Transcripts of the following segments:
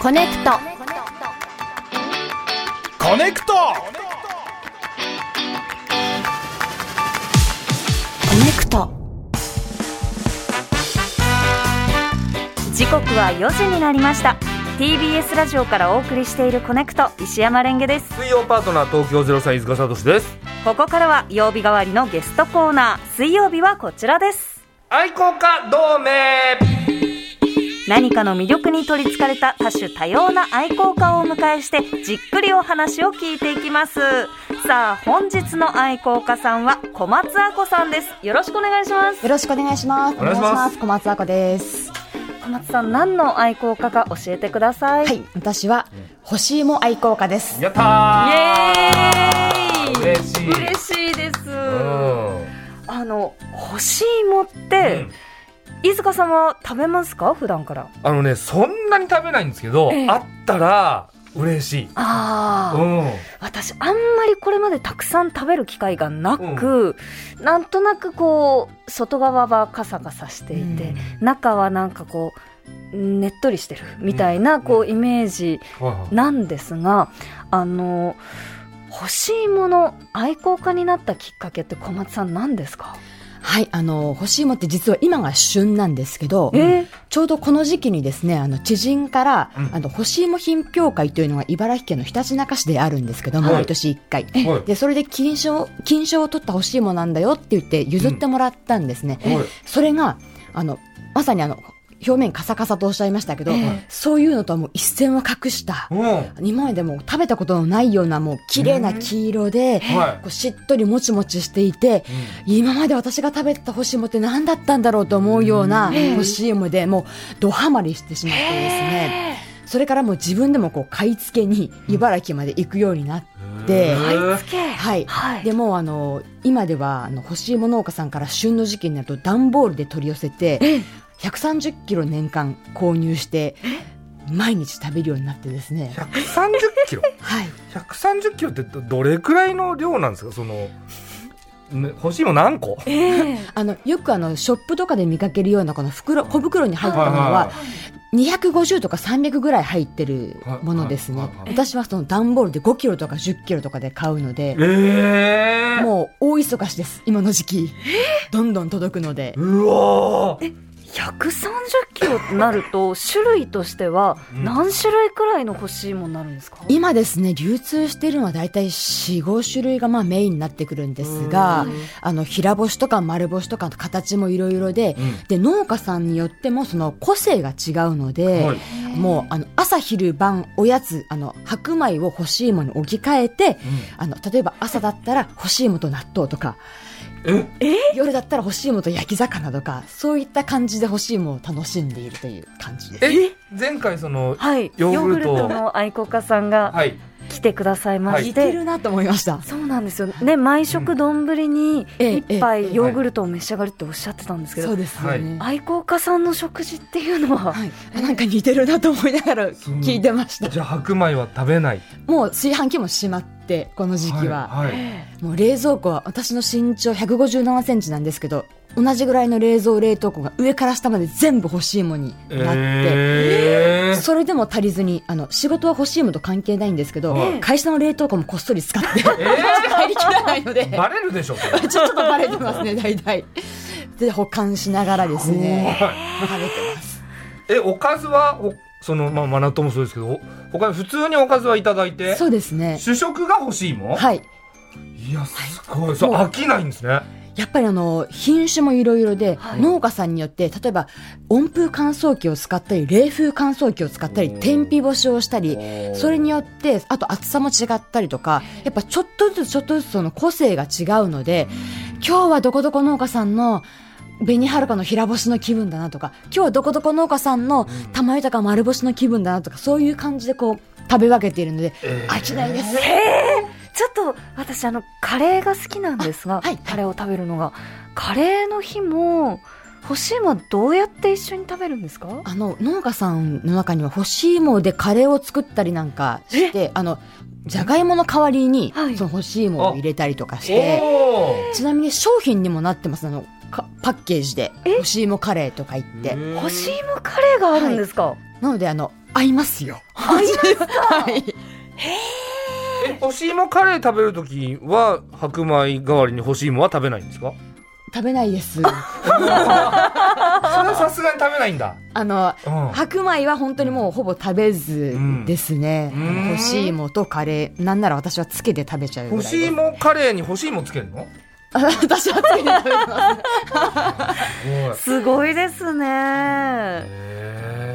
コネクトコネクトコネクト時刻は4時になりました TBS ラジオからお送りしているコネクト石山レンゲです水曜パートナー東京ゼロさん飯塚聡ですここからは曜日代わりのゲストコーナー水曜日はこちらです愛好家同盟何かの魅力に取りつかれた多種多様な愛好家をお迎えしてじっくりお話を聞いていきますさあ本日の愛好家さんは小松あこさんですよろしくお願いしますよろしくお願いします。お願いしますお小松あこです。小松さん何の愛好家か教えてください、はい、私は干し芋愛好家です。やったイーエーイ嬉しい嬉しいですうんあの干し芋って、飯塚さんは食べますか普段からあのねそんなに食べないんですけど、ええあったら嬉しいあうあん私あんまりこれまでたくさん食べる機会がなく、なんとなくこう外側はカサカサしていて、中はなんかこうねっとりしてるみたいなこうイメージはいはいなんですがあの干し芋の愛好家になったきっかけって小松さん何ですか、はい、あの、干し芋って実は今が旬なんですけど、えーちょうどこの時期にですね、あの、知人から、うんあの、干し芋品評会というのが茨城県のひたちなか市であるんですけども、はい毎年1回。はいで、それで金賞、金賞を取った干し芋なんだよって言って譲ってもらったんですね。うんはいそれが、あの、まさにあの、表面カサカサとおっしゃいましたけど、ええそういうのとはもう一線を画した、うん今までも食べたことのないようなもう綺麗な黄色で、はこうしっとりもちもちしていて、今まで私が食べた干し芋って何だったんだろうと思うような干し芋でもうドハマりしてしまってですね、それからもう自分でもこう買い付けに茨城まで行くようになって、でうん買い付けはい。はいでもうあの今ではあの干し芋農家さんから旬の時期になると段ボールで取り寄せて130キロ年間購入して毎日食べるようになってですね。 130キロはい。 130キロってどどれくらいの量なんですかその、ね、欲しいも何個ええあのよくあのショップとかで見かけるようなこの袋小袋に入ったものはいはいはは250とか300ぐらい入ってるものですはねいはいはいはい私はその段ボールで5キロとか10キロとかで買うのでええー、もう大忙しです今の時期どんどん届くのでうわー130キロってなると種類としては何種類くらいの欲しいものになるんですか、今ですね流通してるのは大体45種類がまあメインになってくるんですがあの平干しとか丸干しとか形もいろいろでうんで農家さんによってもその個性が違うので、はいもうあの朝昼晩おやつあの白米を干し芋に置き換えて、あの例えば朝だったら干し芋と納豆とかえ夜だったら干し芋と焼き魚とかそういった感じで干し芋を楽しんでいるという感じです。え前回そのはい、ヨヨーーググルルトトの愛好家さんがはい来てくださいまえしいて、けるなと思いました。そうなんですよね毎食丼にええ一杯ヨーグルトを召し上がるっておっしゃってたんですけど、そうですよね。愛好家さんの食事っていうのは、はい、なんか似てるなと思いながら聞いてました。じゃあ白米は食べないもう炊飯器も閉まって、この時期は。はいはいもう冷蔵庫は私の身長157センチなんですけど同じぐらいの冷蔵冷凍庫が上から下まで全部欲しいものになって、えーそれでも足りずにあの仕事は欲しいものと関係ないんですけど、はい会社の冷凍庫もこっそり使 って、えー帰りきらないのでちょバレるでしょそれっとバレてますね大体で保管しながらですね怖い食べてますえおかずはおそのまあマナトもそうですけどお他に普通におかずはいただいてそうですね主食が欲しいもんはいいやすごいそうもう飽きないんですねやっぱりあの品種もいろいろで、はい農家さんによって例えば温風乾燥機を使ったり冷風乾燥機を使ったり天日干しをしたりそれによってあと厚さも違ったりとかやっぱちょっとずつちょっとずつその個性が違うので今日はどこどこ農家さんの紅はるかの平干しの気分だなとか今日はどこどこ農家さんの玉豊か丸干しの気分だなとかそういう感じでこう食べ分けているので飽きないです。ちょっと私あのカレーが好きなんですが、あはいはいカレーを食べるのがカレーの日も干し芋はどうやって一緒に食べるんですかあの農家さんの中には干し芋でカレーを作ったりなんかしてあのじゃがいもの代わりにはいその干し芋を入れたりとかしおて、おちなみに商品にもなってますあのかパッケージでえ干し芋カレーとか言ってー干し芋カレーがあるんですか、なのであの合いますよ。合いますか。 はい。え干し芋カレー食べるときは白米代わりに干し芋は食べないんですか食べないです。それはさすがに食べないんだ あの、うん白米は本当にもうほぼ食べずですね。うん干し芋とカレー、なんなら私はつけて食べちゃうぐら干いで。し芋カレーに干し芋つけるのあ 私はつ けて食べてます。すごすいごいですね。へ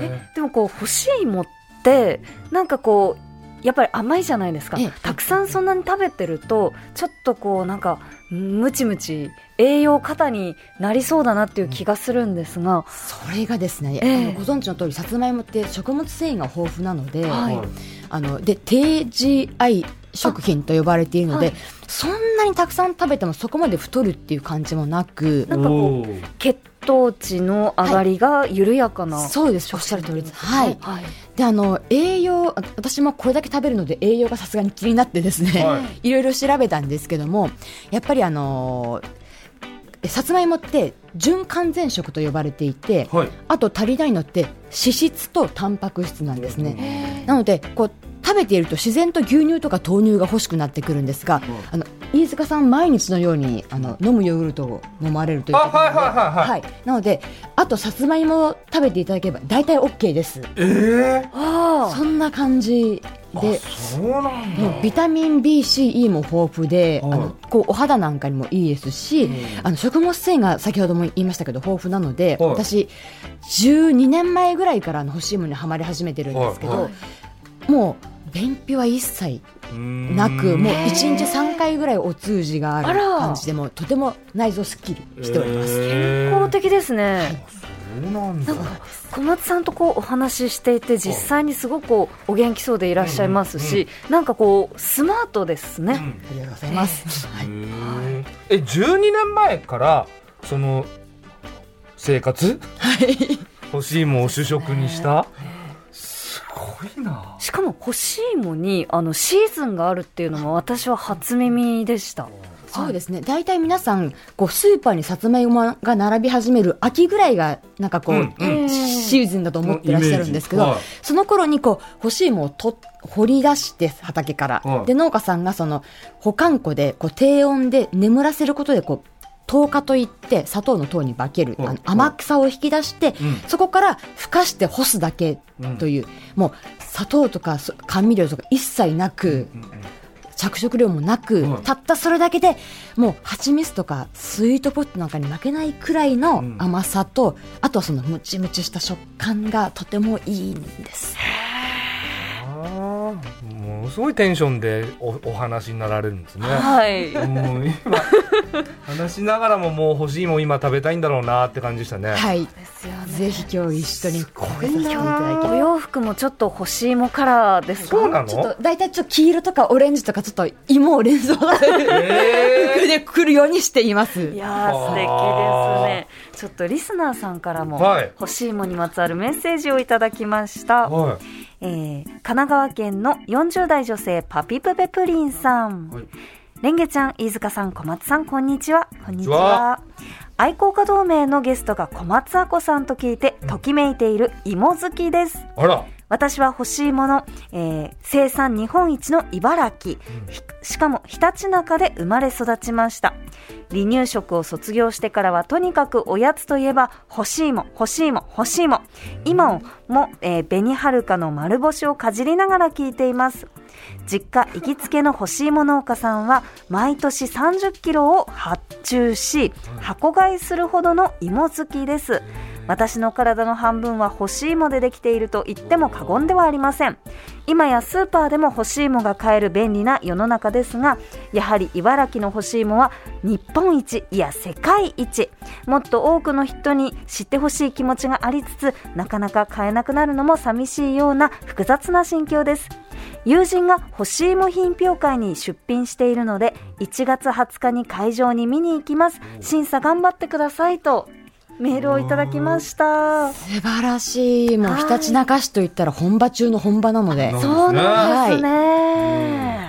え、でもこう、欲しいもって、なんかこう、やっぱり甘いじゃないですかええ。たくさんそんなに食べてると、ちょっとこう、なんか、ムチムチ、栄養過多になりそうだなっていう気がするんですが、それがですね、ええあのご存知の通りさつまいもって食物繊維が豊富なので、はいーあので低 GI 食品と呼ばれているので、あはいそんなにたくさん食べてもそこまで太るっていう感じもなくなんかこおー血糖値の上がりが緩やかな。そうですおっしゃる通りです、はい、はい。であの栄養あ私もこれだけ食べるので栄養がさすがに気になってですね、、はいろいろ調べたんですけどもやっぱりあのえさつまいもって準完全食と呼ばれていて、はいあと足りないのって脂質とタンパク質なんですね。へなのでこう食べていると自然と牛乳とか豆乳が欲しくなってくるんですが、あの飯塚さん毎日のようにあの飲むヨーグルトを飲まれるというあことで、はいはいはいはいはいなのであとさつまいもを食べていただければ大体 OK ですええあそんな感じでそうなんだもうビタミン BCE も豊富で、はいあのこうお肌なんかにもいいですし、あの食物繊維が先ほども言いましたけど豊富なので、はい私12年前ぐらいからあの欲しいものにはまり始めてるんですけど、はいはもう便秘は一切なくもう1日3回ぐらいお通じがああるら感じでもうとても内臓すっきりしております。あ。健康的ですね。そうなんだ小松さんとこうお話ししていて実際にすごくこうお元気そうでいらっしゃいますし、なんかこうスマートですね、ありがとうございます。はいへーえ12年前からその生活欲しいもを主食にしたすごいなしかも欲しいもにあのシーズンがあるっていうのも私は初耳でしたそうですね大体皆さんこうスーパーにさつまいもが並び始める秋ぐらいがなんかこう、うんうんシーズンだと思ってらっしゃるんですけど、うんイメージその頃にこう干しいもをと掘り出して畑から、はいで農家さんがその保管庫でこう低温で眠らせることでこう糖化といって砂糖の糖に化ける、はいあの甘草を引き出して、うんそこからふかして干すだけという、もう砂糖とかそ甘味料とか一切なく。着色料もなく、はいたったそれだけでもう蜂蜜とかスイートポットなんかに負けないくらいのうん甘さと、あとはそのムチムチした食感がとてもいいんです。あーものすごいテンションでおお話になられるんですねはいもう今話しながらももう欲しいも今食べたいんだろうなって感じでしたねはい、ですよぜひ今日一緒に食べさせていただきお洋服もちょっと欲しいもカラーですかそうなのちょっと大体ちょっと黄色とかオレンジとかちょっと芋を連想させるえー服で来るようにしています。いやー素敵はですねちょっとリスナーさんからもはい欲しいもにまつわるメッセージをいただきました、はえー神奈川県の40代女性パピプペプリンさん、はいレンゲちゃん飯塚さん小松さんこんにちはこんにちは愛好家同盟のゲストが小松あ子さんと聞いてときめいている芋好きですいあら私は欲しいもの、えー生産日本一の茨城、ひしかもひたちなかで生まれ育ちました離乳食を卒業してからはとにかくおやつといえば欲しいも欲しいも欲しいも今も、えー、紅はるかの丸干しをかじりながら聞いています実家行きつけの欲しいも農家さんは毎年30キロを発注し箱買いするほどの芋好きです私の体の半分は干し芋でできていると言っても過言ではありません今やスーパーでも干し芋が買える便利な世の中ですがやはり茨城の干し芋は日本一いや世界一もっと多くの人に知ってほしい気持ちがありつつなかなか買えなくなるのも寂しいような複雑な心境です友人が干し芋品評会に出品しているので1月20日に会場に見に行きます審査頑張ってくださいとメールをいただきました素晴らしい。もうひたちなか市といったら本場中の本場なので。そうなんですね、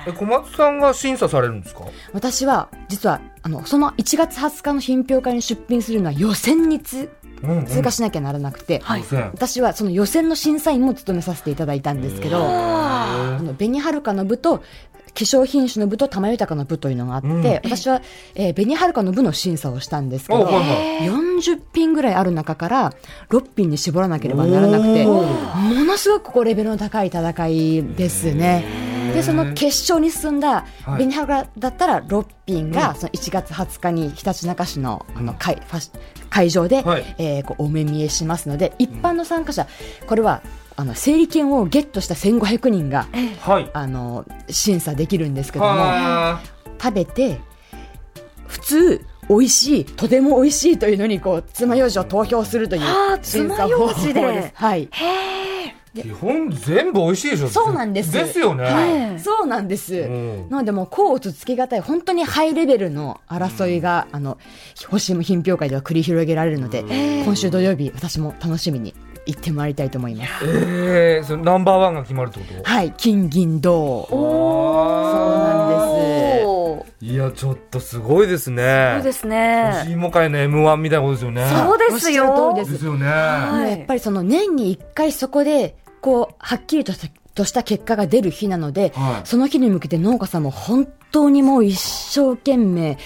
え小松さんが審査されるんですか私は実はあのその1月20日の品評会に出品するのは予選につうんうん通過しなきゃならなくて、はい当然私はその予選の審査員も務めさせていただいたんですけど、あの紅はるかの部と化粧品種の部と玉豊の部というのがあって、うん私は、えー、紅はるかの部の審査をしたんですけおどはいはい40品ぐらいある中から6品に絞らなければならなくておもーのすごくこうレベルの高い戦いですね。でその決勝に進んだはい紅はるかだったら6品うがその1月20日にひたちなか市のあの会ファッシ会場で、はいえーこうお目見えしますので一般の参加者これはあの整理券をゲットした1500人がはいあの審査できるんですけどもは食べて普通美味しいとても美味しいというのにこう爪楊枝を投票するというあー審査方法爪楊枝で。ですはい、い基本全部美味しいでしょそうなんですですよね、はいそうなんです。うんなのでもう甲乙つけがたい本当にハイレベルの争いが、あの星も品評会では繰り広げられるので、今週土曜日私も楽しみに行ってまいりたいと思います。えー、そのナンバーワンが決まるってことはい、金銀銅。そうなんです。おーいやちょっとすごいですねそうです干しね。芋界の M1 みたいなことですよねそうですおっよしゃる通り。ですよねもうはいやっぱりその年に1回そこで、こう、はっきりとしたとした結果が出る日なので、はいその日に向けて農家さんも本当にもう一生懸命、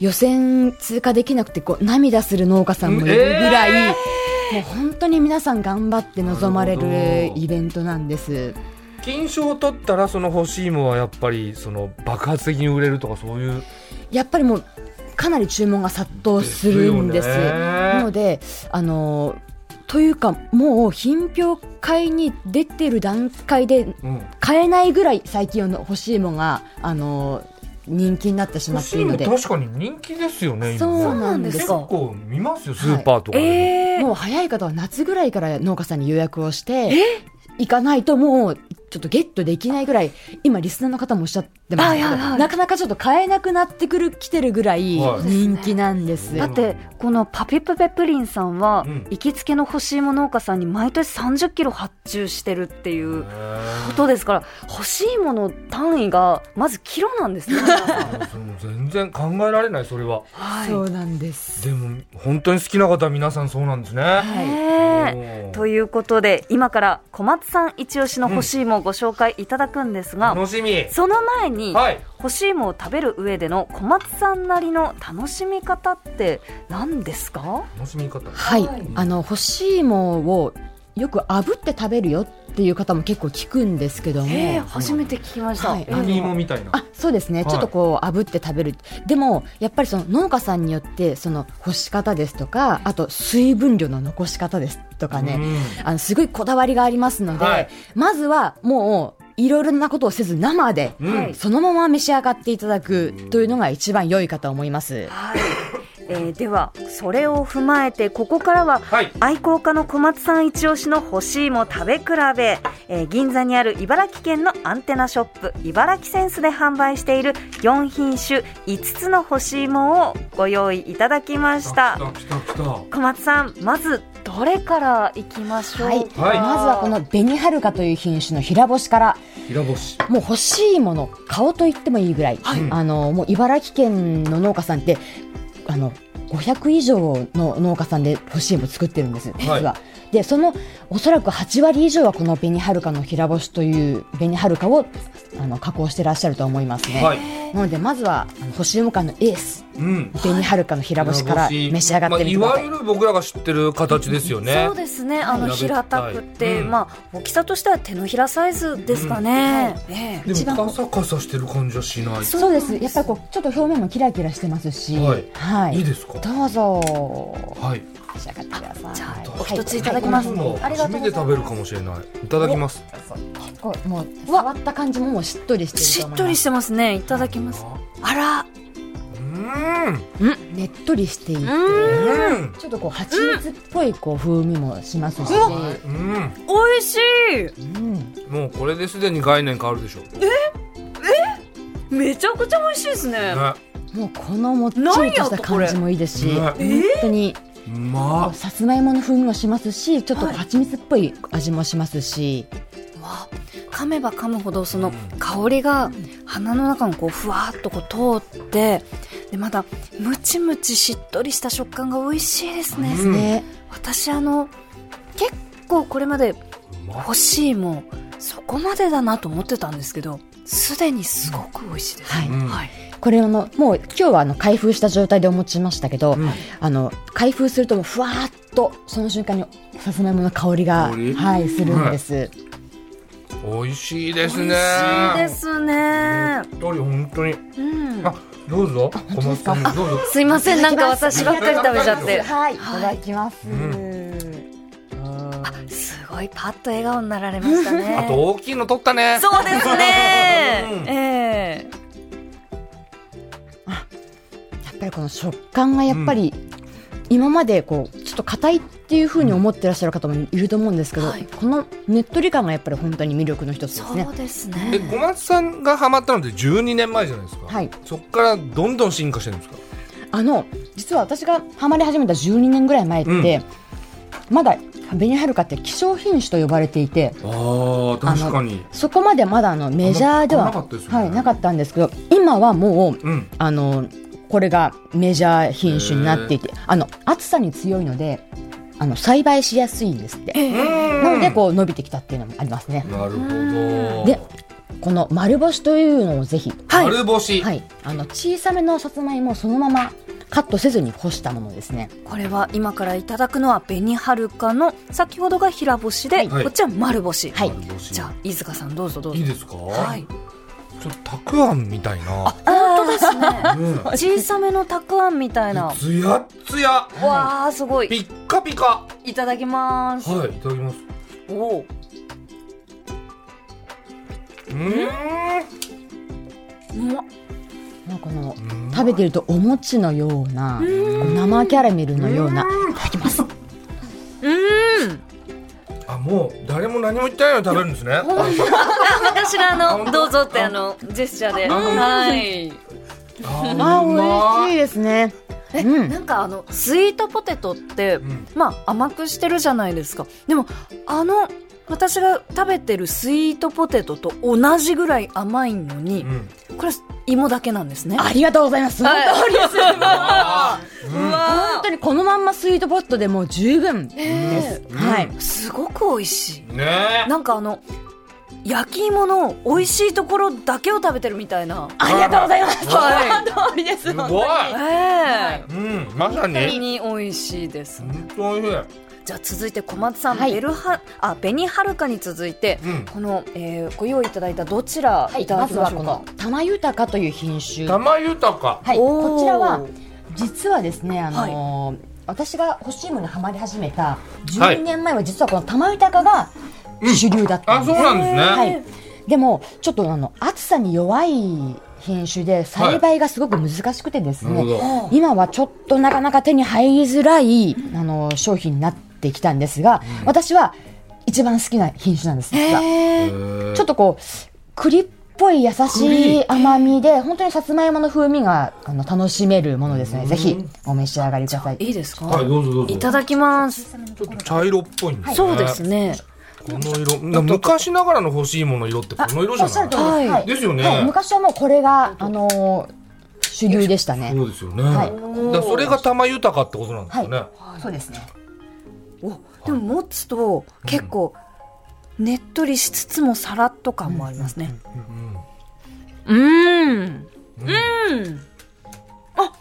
予選通過できなくてこう涙する農家さんもいるぐらい、もえう本当に皆さん頑張って臨まれなるるほどイベントなんです。金賞を取ったらその干し芋はやっぱりその爆発的に売れるとかそういうやっぱりもうかなり注文が殺到するんです。ですよねなのであのというかもう品評会に出てる段階でうん買えないぐらい最近の欲しいものがあの人気になってしまっ干てしいる芋ので。確かに人気ですよね今そうねなんです結よ構見ますよスーパーとかでも、えーもう早い方は夏ぐらいから農家さんに予約をして、行かないともうちょっとゲットできないぐらい、今リスナーの方もおっしゃってますけど、はいはいはいなかなかちょっと買えなくなってくる、来てるぐらいはい人気なんです。だってこのパピプペプリンさんは、うん行きつけの干し芋農家さんに毎年30キロ発注してるっていうことですから干し芋の単位がまずキロなんです ね。皆さんその全然考えられないそれははいそうなんです。でも本当に好きな方は皆さんそうなんですね、はいねおえーということで今から小松さん一押しの干し芋をご紹介いただくんですが、楽しみその前に、はい干し芋を食べる上での小松さんなりの楽しみ方って何ですか楽しみ方はいはい。あの、干し芋をよく炙って食べるよっていう方も結構聞くんですけども、えー、初めて聞きました、はいうん焼き芋みたいなあそうですね、はいちょっとこう炙って食べるでもやっぱりその農家さんによってその干し方ですとかあと水分量の残し方ですとかね、あのすごいこだわりがありますので、はいまずはもういろいろなことをせず生で、うん、はいそのまま召し上がっていただくというのが一番良いかと思います。はい、えーではそれを踏まえてここからははい愛好家の小松さん一押しの干し芋食べ比べ、えー銀座にある茨城県のアンテナショップ茨城センスで販売している4品種5つの干し芋をご用意いただきました来た来た来た小松さんまずどれからいきましょうはい、か、はいまずはこの紅はるかという品種の平干しから平星もう欲しいもの顔と言ってもいいぐらい、あのもう茨城県の農家さんってあの500以上の農家さんで欲しいもの作ってるんです実は。でそのおそらく8割以上はこの紅はるかの平干しという紅はるかをあの加工してらっしゃると思いますね。はいなのでまずはあの干し芋館のエースうん紅はるかの平干しから平干し召し上がってみてくまだあ、さいい。わゆる僕らが知ってる形ですよねそうですねあのはい平たくて、うんまあ大きさとしては手のひらサイズですかね、ええでもカサカサしてる感じはしないそうです。やっぱりこうちょっと表面もキラキラしてますし、はいはいいいですかどうぞはい召し上がってください。じゃあはいお一ついただきます、こんなのありが初とうめごてざい食まべするかもしれないいただきますこうもう触った感じももうしっとりしてるしとっ思いとまりすしてますねいただきますあらうんねっとりしていてうんちょっとこう蜂蜜っぽいこう風味もしますし、うん美味しうん、もうこれですでに概念変わるでしょねいめちゃくちゃ美味しいですねもうこのもっちりとした感じもいいですし、なんや本とこ当にうまっさつまいもの風味もしますし、ちょっとはい蜂蜜っぽい味もしますし、わ噛めば噛むほどその香りが鼻の中のこうふわっとこう通ってでまだムチムチしっとりした食感が美味しいですね、うんね、私あの結構これまで欲しいもそこまでだなと思ってたんですけどすでにすごく美味しいです、はいうんはい、これあのもう今日はあの開封した状態でお持ちしましたけど、うんあの開封するともうふわーっとその瞬間にさつまいもの香りが香りはいするんです、美味しいです美ね味しいですねねどり本当にうんあどうぞ小松さんもどうぞすいませんなんか私ばっかり食べちゃってはいいただきます、うんあすごいパッと笑顔になられましたねあと大きいの取ったねそうですねうんええやっぱりこの食感がやっぱり、今までこうちょっと硬いっていうふうに思ってらっしゃる方もいると思うんですけど、はいこのねっとり感がやっぱり本当に魅力の一つですねそうですねえ小松さんがハマったのって12年前じゃないですか、はいそこからどんどん進化してるんですかあの実は私がハマり始めた12年ぐらい前って、うんまだ紅はるかって希少品種と呼ばれていてああ確かにそこまでまだあのメジャーではなかったですよねはい、なかったんですけど今はもううんあのこれがメジャー品種になっていてあの暑さに強いのであの栽培しやすいんですってななのでこう伸びてきたっていうのもありますねなるほどでこの丸干しというのをぜひ、はい丸干し、はい、あの小さめのさつまいもをそのままカットせずに干したものですねこれは今からいただくのは紅はるかの先ほどが平干しで、はいはいこっちは丸干し、はい丸干しじゃあ飯塚さんどうぞどうぞいいですか、ははい、ちょっとたくあんみたいな本当ですねね 小さめのたくあんみたいなつやっつやわあすごピいッカピカいただきますはいいただきますおおうーんうまっなんかこのうん食べてるとお餅のような生キャラメルのようなうんあもう誰も何も言ってないのに食べるんですね私があ本の当どうぞってあのジェスチャーではいあー美味しいいですねえ、うんなんかあのスイートポテトって、んまあ甘くしてるじゃないですかでもあの私が食べてるスイートポテトと同じぐらい甘いのに、うんこれ芋だけなんですねありがとうございます、はいううんわ本当にこのまんまスイートポットでもう十分ーえうんはいーすごく美味しいねえなんかあの焼き芋の美味しいところだけを食べてるみたいなありがとうございますはその通りですすごいええうんまさ本当にに美味しいですね本当に美味しじゃあ続いて小松さん、はいベルハあベニハルカに続いて、うんこの、えーご用意いただいたどちらはいいただまきずまはしょこうか、の玉豊かという品種いは玉豊かいおーこちらは実はですねあのー私が欲しいものにハマり始めたはい12年前は実はこの玉豊かがうん主流だったあんそでうす、なんですね、はい、でもちょっとあの暑さに弱い品種で栽培がすごく難しくてですなね、るほど今はちょっとなかなか手に入りづらいあの商品になってきたんですが、私は一番好きな品種なんです実はへーちょっとこう栗っぽい優しい栗甘みで本当にさつまいもの風味があの楽しめるものですのでぜひお召し上がりくださいいいですか、はいどうぞどうぞいただきます、ちょっと茶色っぽいんですねそうですねこの色な昔ながらの欲しいもの色ってこの色じおっしゃゃる通なりです、いははいいですよねはい昔はもうこれが、あのー主流でしたねそうですよね、はいだからそれが玉豊かってことなんですよね、そうですねおでも持つと結構ねっとりしつつもさらっと感もありますねうんうんうんあ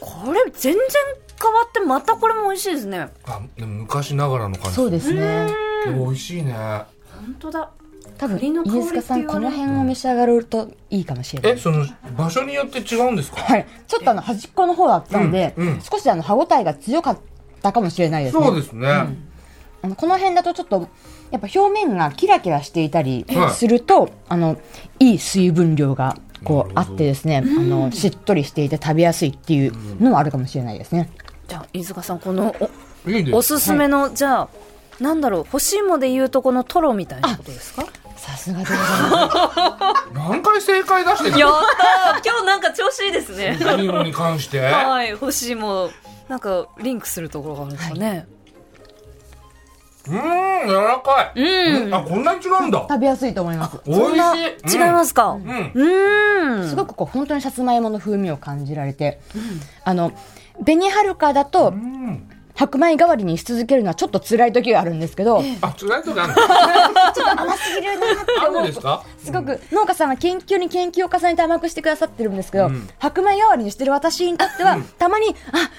これ全然変わってまたこれも美味しいですねあでも昔ながらの感じそうですねでも美味しいね本当だ多分栗の香り飯塚さってんいうこの辺を召し上がるといいかもしれないえその場所によって違うんですかはい、ちょっとあの端っこの方だったので、うんうん少しあの歯ごたえが強かったかもしれないですね。そうですね、あのこの辺だとちょっとやっぱ表面がキラキラしていたりはいすると、あのいい水分量がこうなあるほどってですね、あのしっとりしていて食べやすいっていうのもあるかもしれないですね。じゃあ飯塚さんこのおいいですおすすめの、じゃあなんだろう欲しいもで言うとこのトロみたいなことですかやっさすがでございま何回正解出してるたー今日なんか調子いいですね何色に関してはい欲しいもなんかリンクするところがあるんですかね、うーん柔らかい、うんあこんなに違うんだす。食べやすいと思います。美味しい違いますか、ううんん、うんうんすごくこう本当にさつまいもの風味を感じられて、あの紅はるかだとうん白米代わりにし続けるのはちょっと辛い時があるんですけど、あ、辛いとかあるのちょっと甘すぎるなってあ思るんうですかすごく農家さんは研究に研究を重ねて甘くしてくださってるんですけど、うん白米代わりにしてる私にとっては、たまにあ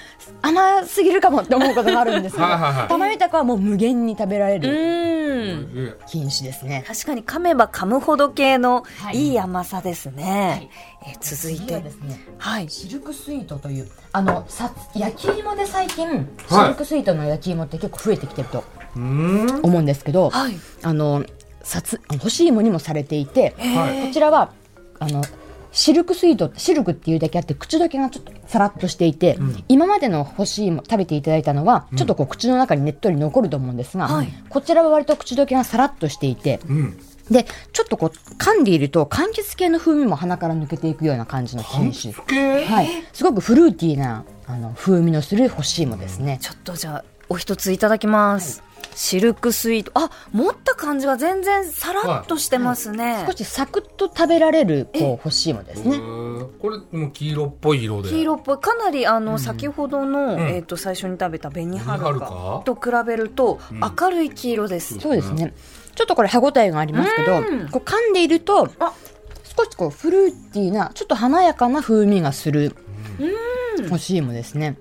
甘すぎるかもって思うことがあるんですけどはいはいはいたまみたくはもう無限に食べられうるーん。え品種ですね。確かに噛めば噛むほど系のはいいい甘さですね。えー続い次はてで。すねはい。シルクスイートというあのさ焼き芋で最近、はいシルクスイートの焼き芋って結構増えてきてるとうーん。思うんですけど、はい。あのさつ干し芋にもされていて、はいこちらはあのシルクスイートシルクっていうだけあって口どけがちょっとさらっとしていて、今までの干し芋食べていただいたのは、ちょっとこう口の中にねっとり残ると思うんですが、はいこちらは割と口どけがさらっとしていて、うん。でちょっとこう噛んでいると柑橘系の風味も鼻から抜けていくような感じの品種柑橘系はい、すごくフルーティーなあの風味のする干し芋ですね。ちょっとじゃあ、お一ついただきます。シルクスイート。あ、持った感じが全然さらっとしてますね少。しサクッと食べられるこう干し芋ですうね。ーんこれもう黄色っぽい色で。黄色っぽい。かなりあの、先ほどの、んえっと、最初に食べた紅はるか紅はと比べると、明るい黄色です。そうですね。ちょっとこれ歯ごたえがありますけど、うんこう噛んでいるとあ少しこうフルーティーなちょっと華やかな風味がする干し芋ですね。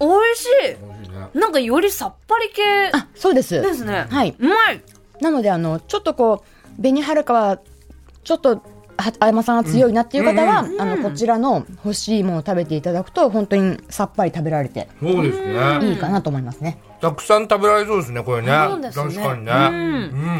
美味し美味しいねいなんかよりさっぱり系あ、そうです。ですね。はい。うまいなのであのちょっとこう紅はるかはちょっとは甘さが強いなっていう方は、うんあのこちらの干し芋を食べていただくと本当にさっぱり食べられてそうですいね。いかなと思いますね。たくさん食べられそうですね、これね。そうで確すねかにね。うんう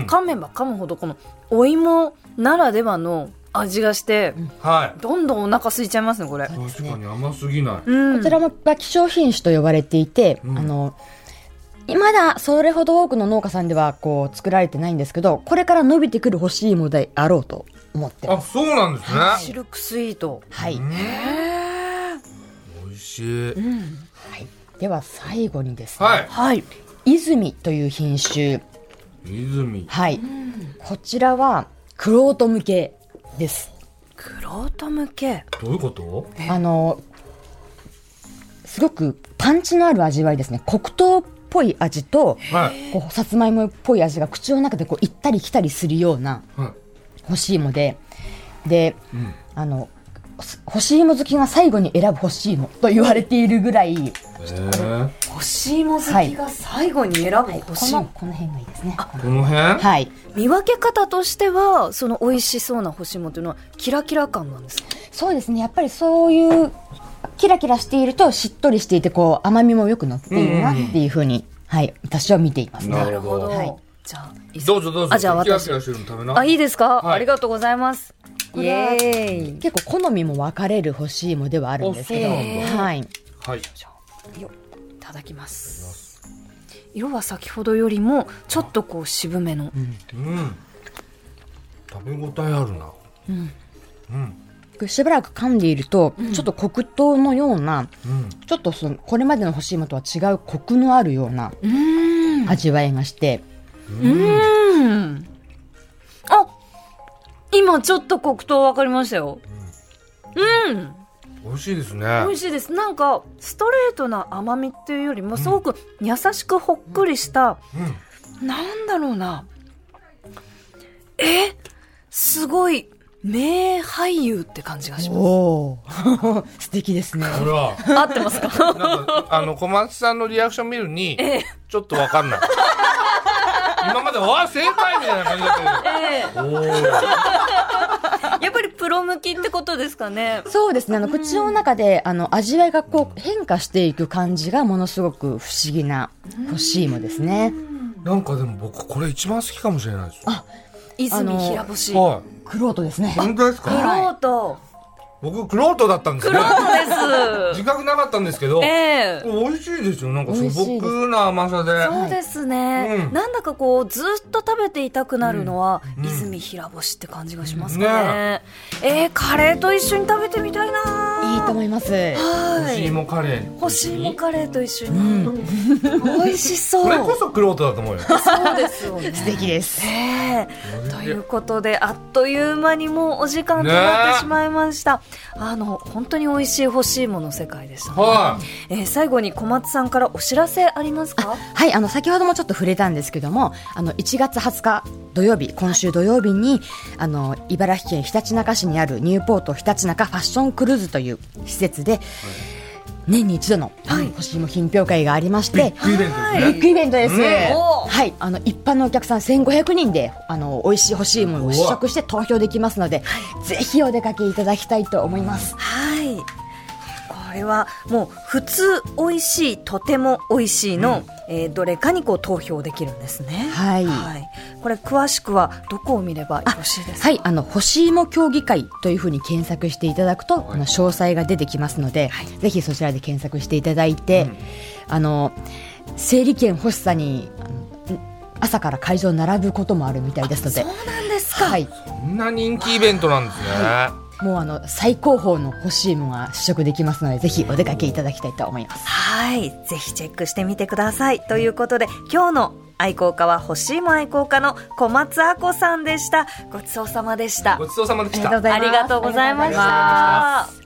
ん噛めば噛むほどこのお芋ならではの味がして、はい。どんどんお腹空いちゃいますねこれ、です確ねかに甘すぎない。うん、こちらもが希少品種と呼ばれていて、うんあのまだそれほど多くの農家さんではこう作られてないんですけどこれから伸びてくる欲しい芋であろうと思ってまあ、す。そうなんですね。シルクスイートはい、うんへ美味しはい。い、では最後にですね、はい。はい泉という品種、泉。はいこちらはクロート向けです。クロート向けどういうことあのすごくパンチのある味わいですね黒糖っぽい味とはい。こうさつまいもっぽい味が口の中でこう行ったり来たりするようなは干し芋でで、い。うん。あのす干し芋好きが最後に選ぶ干し芋と言われているぐらいえ干し芋好きが最後に選ぶ干こしの芋この辺がいいですねー、この辺はい見分け方としてはその美味しそうな干し芋というのはキラキラ感なんですかそうですねやっぱりそういうキラキラしているとしっとりしていてこう甘みもよく乗っているなっていうふうに、はい私は見ていますねなるほどはいじゃあどうぞどうぞ。あじゃあ私キラキラしてるの食べな。あいいですか、はいありがとうございますイれはエーイ結構好みも分かれる干し芋ではあるんですけどあそうなんはいはい。よいただきます色は先ほどよりもちょっとこう渋めの、うん。食べ応えあるな。うん。しばらく噛んでいると、ちょっと黒糖のようなうん。ちょっとそのこれまでの干し芋とは違うコクのあるような味わいがして、うんあ今ちょっと黒糖分かりましたようん美味しいですね。美味しいですなんかストレートな甘みっていうよりもすごく優しくほっくりした、うん。なんだろうなえすごい名俳優って感じがしますおお 素敵ですねほら。合ってます かなんか、あの、小松さんのリアクション見るに、ちょっとわかんない。今まで、わ、正解みたいな感じだったええけど。おーやっぱりプロ向きってことですかね。そうですねあの口の中であの味わいがこう変化していく感じがものすごく不思議な干し芋ですねなんかでも僕、これ一番好きかもしれないです。あ、泉あの平星。クロはクロートですねい。本当ですかート。僕、クロートだったんですクねロ。ートで自覚なかったんですけど、す。 ええ美味しいですよ。なんか素美味しいで朴な甘さで。そうですね、うんなんだかこうずっと食べていたくなるのは、うん泉平星って感じがしますねねえー、カレーと一緒に食べてみたいないいいと思います干はしい芋カレー。干し芋カレーと一緒うに、ん美味しそうこれこそクロートだと思うよ。そうですよね素敵ですええということであっという間にもうお時間となってしまいました、あの本当に美味しい欲しいもの世解でした、ねはえー最後に小松さんからお知らせありますかはい、あの先ほどもちょっと触れたんですけども、あの1月20日土曜日、今週土曜日に、あの茨城県ひたちなか市にあるニューポートひたちなかファッションクルーズという施設で、年に一度の、はい、欲しいも品評会がありましい。ビて、ッグイベントビッですね。グイベントです。うんおーはい、あの一般のお客さん1500人で、あの美味しい欲しいものを試食して投票できますので、ぜひお出かけいただきたいと思います。はいこれはもう普通美味しいとても美味しいの、えーどれかにこう投票できるんですねはいこれ詳しくはどこを見ればよろしいですかはい、あの、干し芋協議会というふうに検索していただくと、この詳細が出てきますので、ぜひそちらで検索していただいて、あの、整理券欲しさに、あの朝から会場並ぶこともあるみたいですので、そうなんですか、はい、こんな人気イベントなんですね。もうあの、最高峰の干し芋が試食できますので、ぜひお出かけいただきたいと思います。はい。ぜひチェックしてみてください。ということで、今日の愛好家は欲しいも愛好家の小松あこさんでした。ごちそうさまでした。ごちそうさまでした。ありがとうございましありがとうございまた。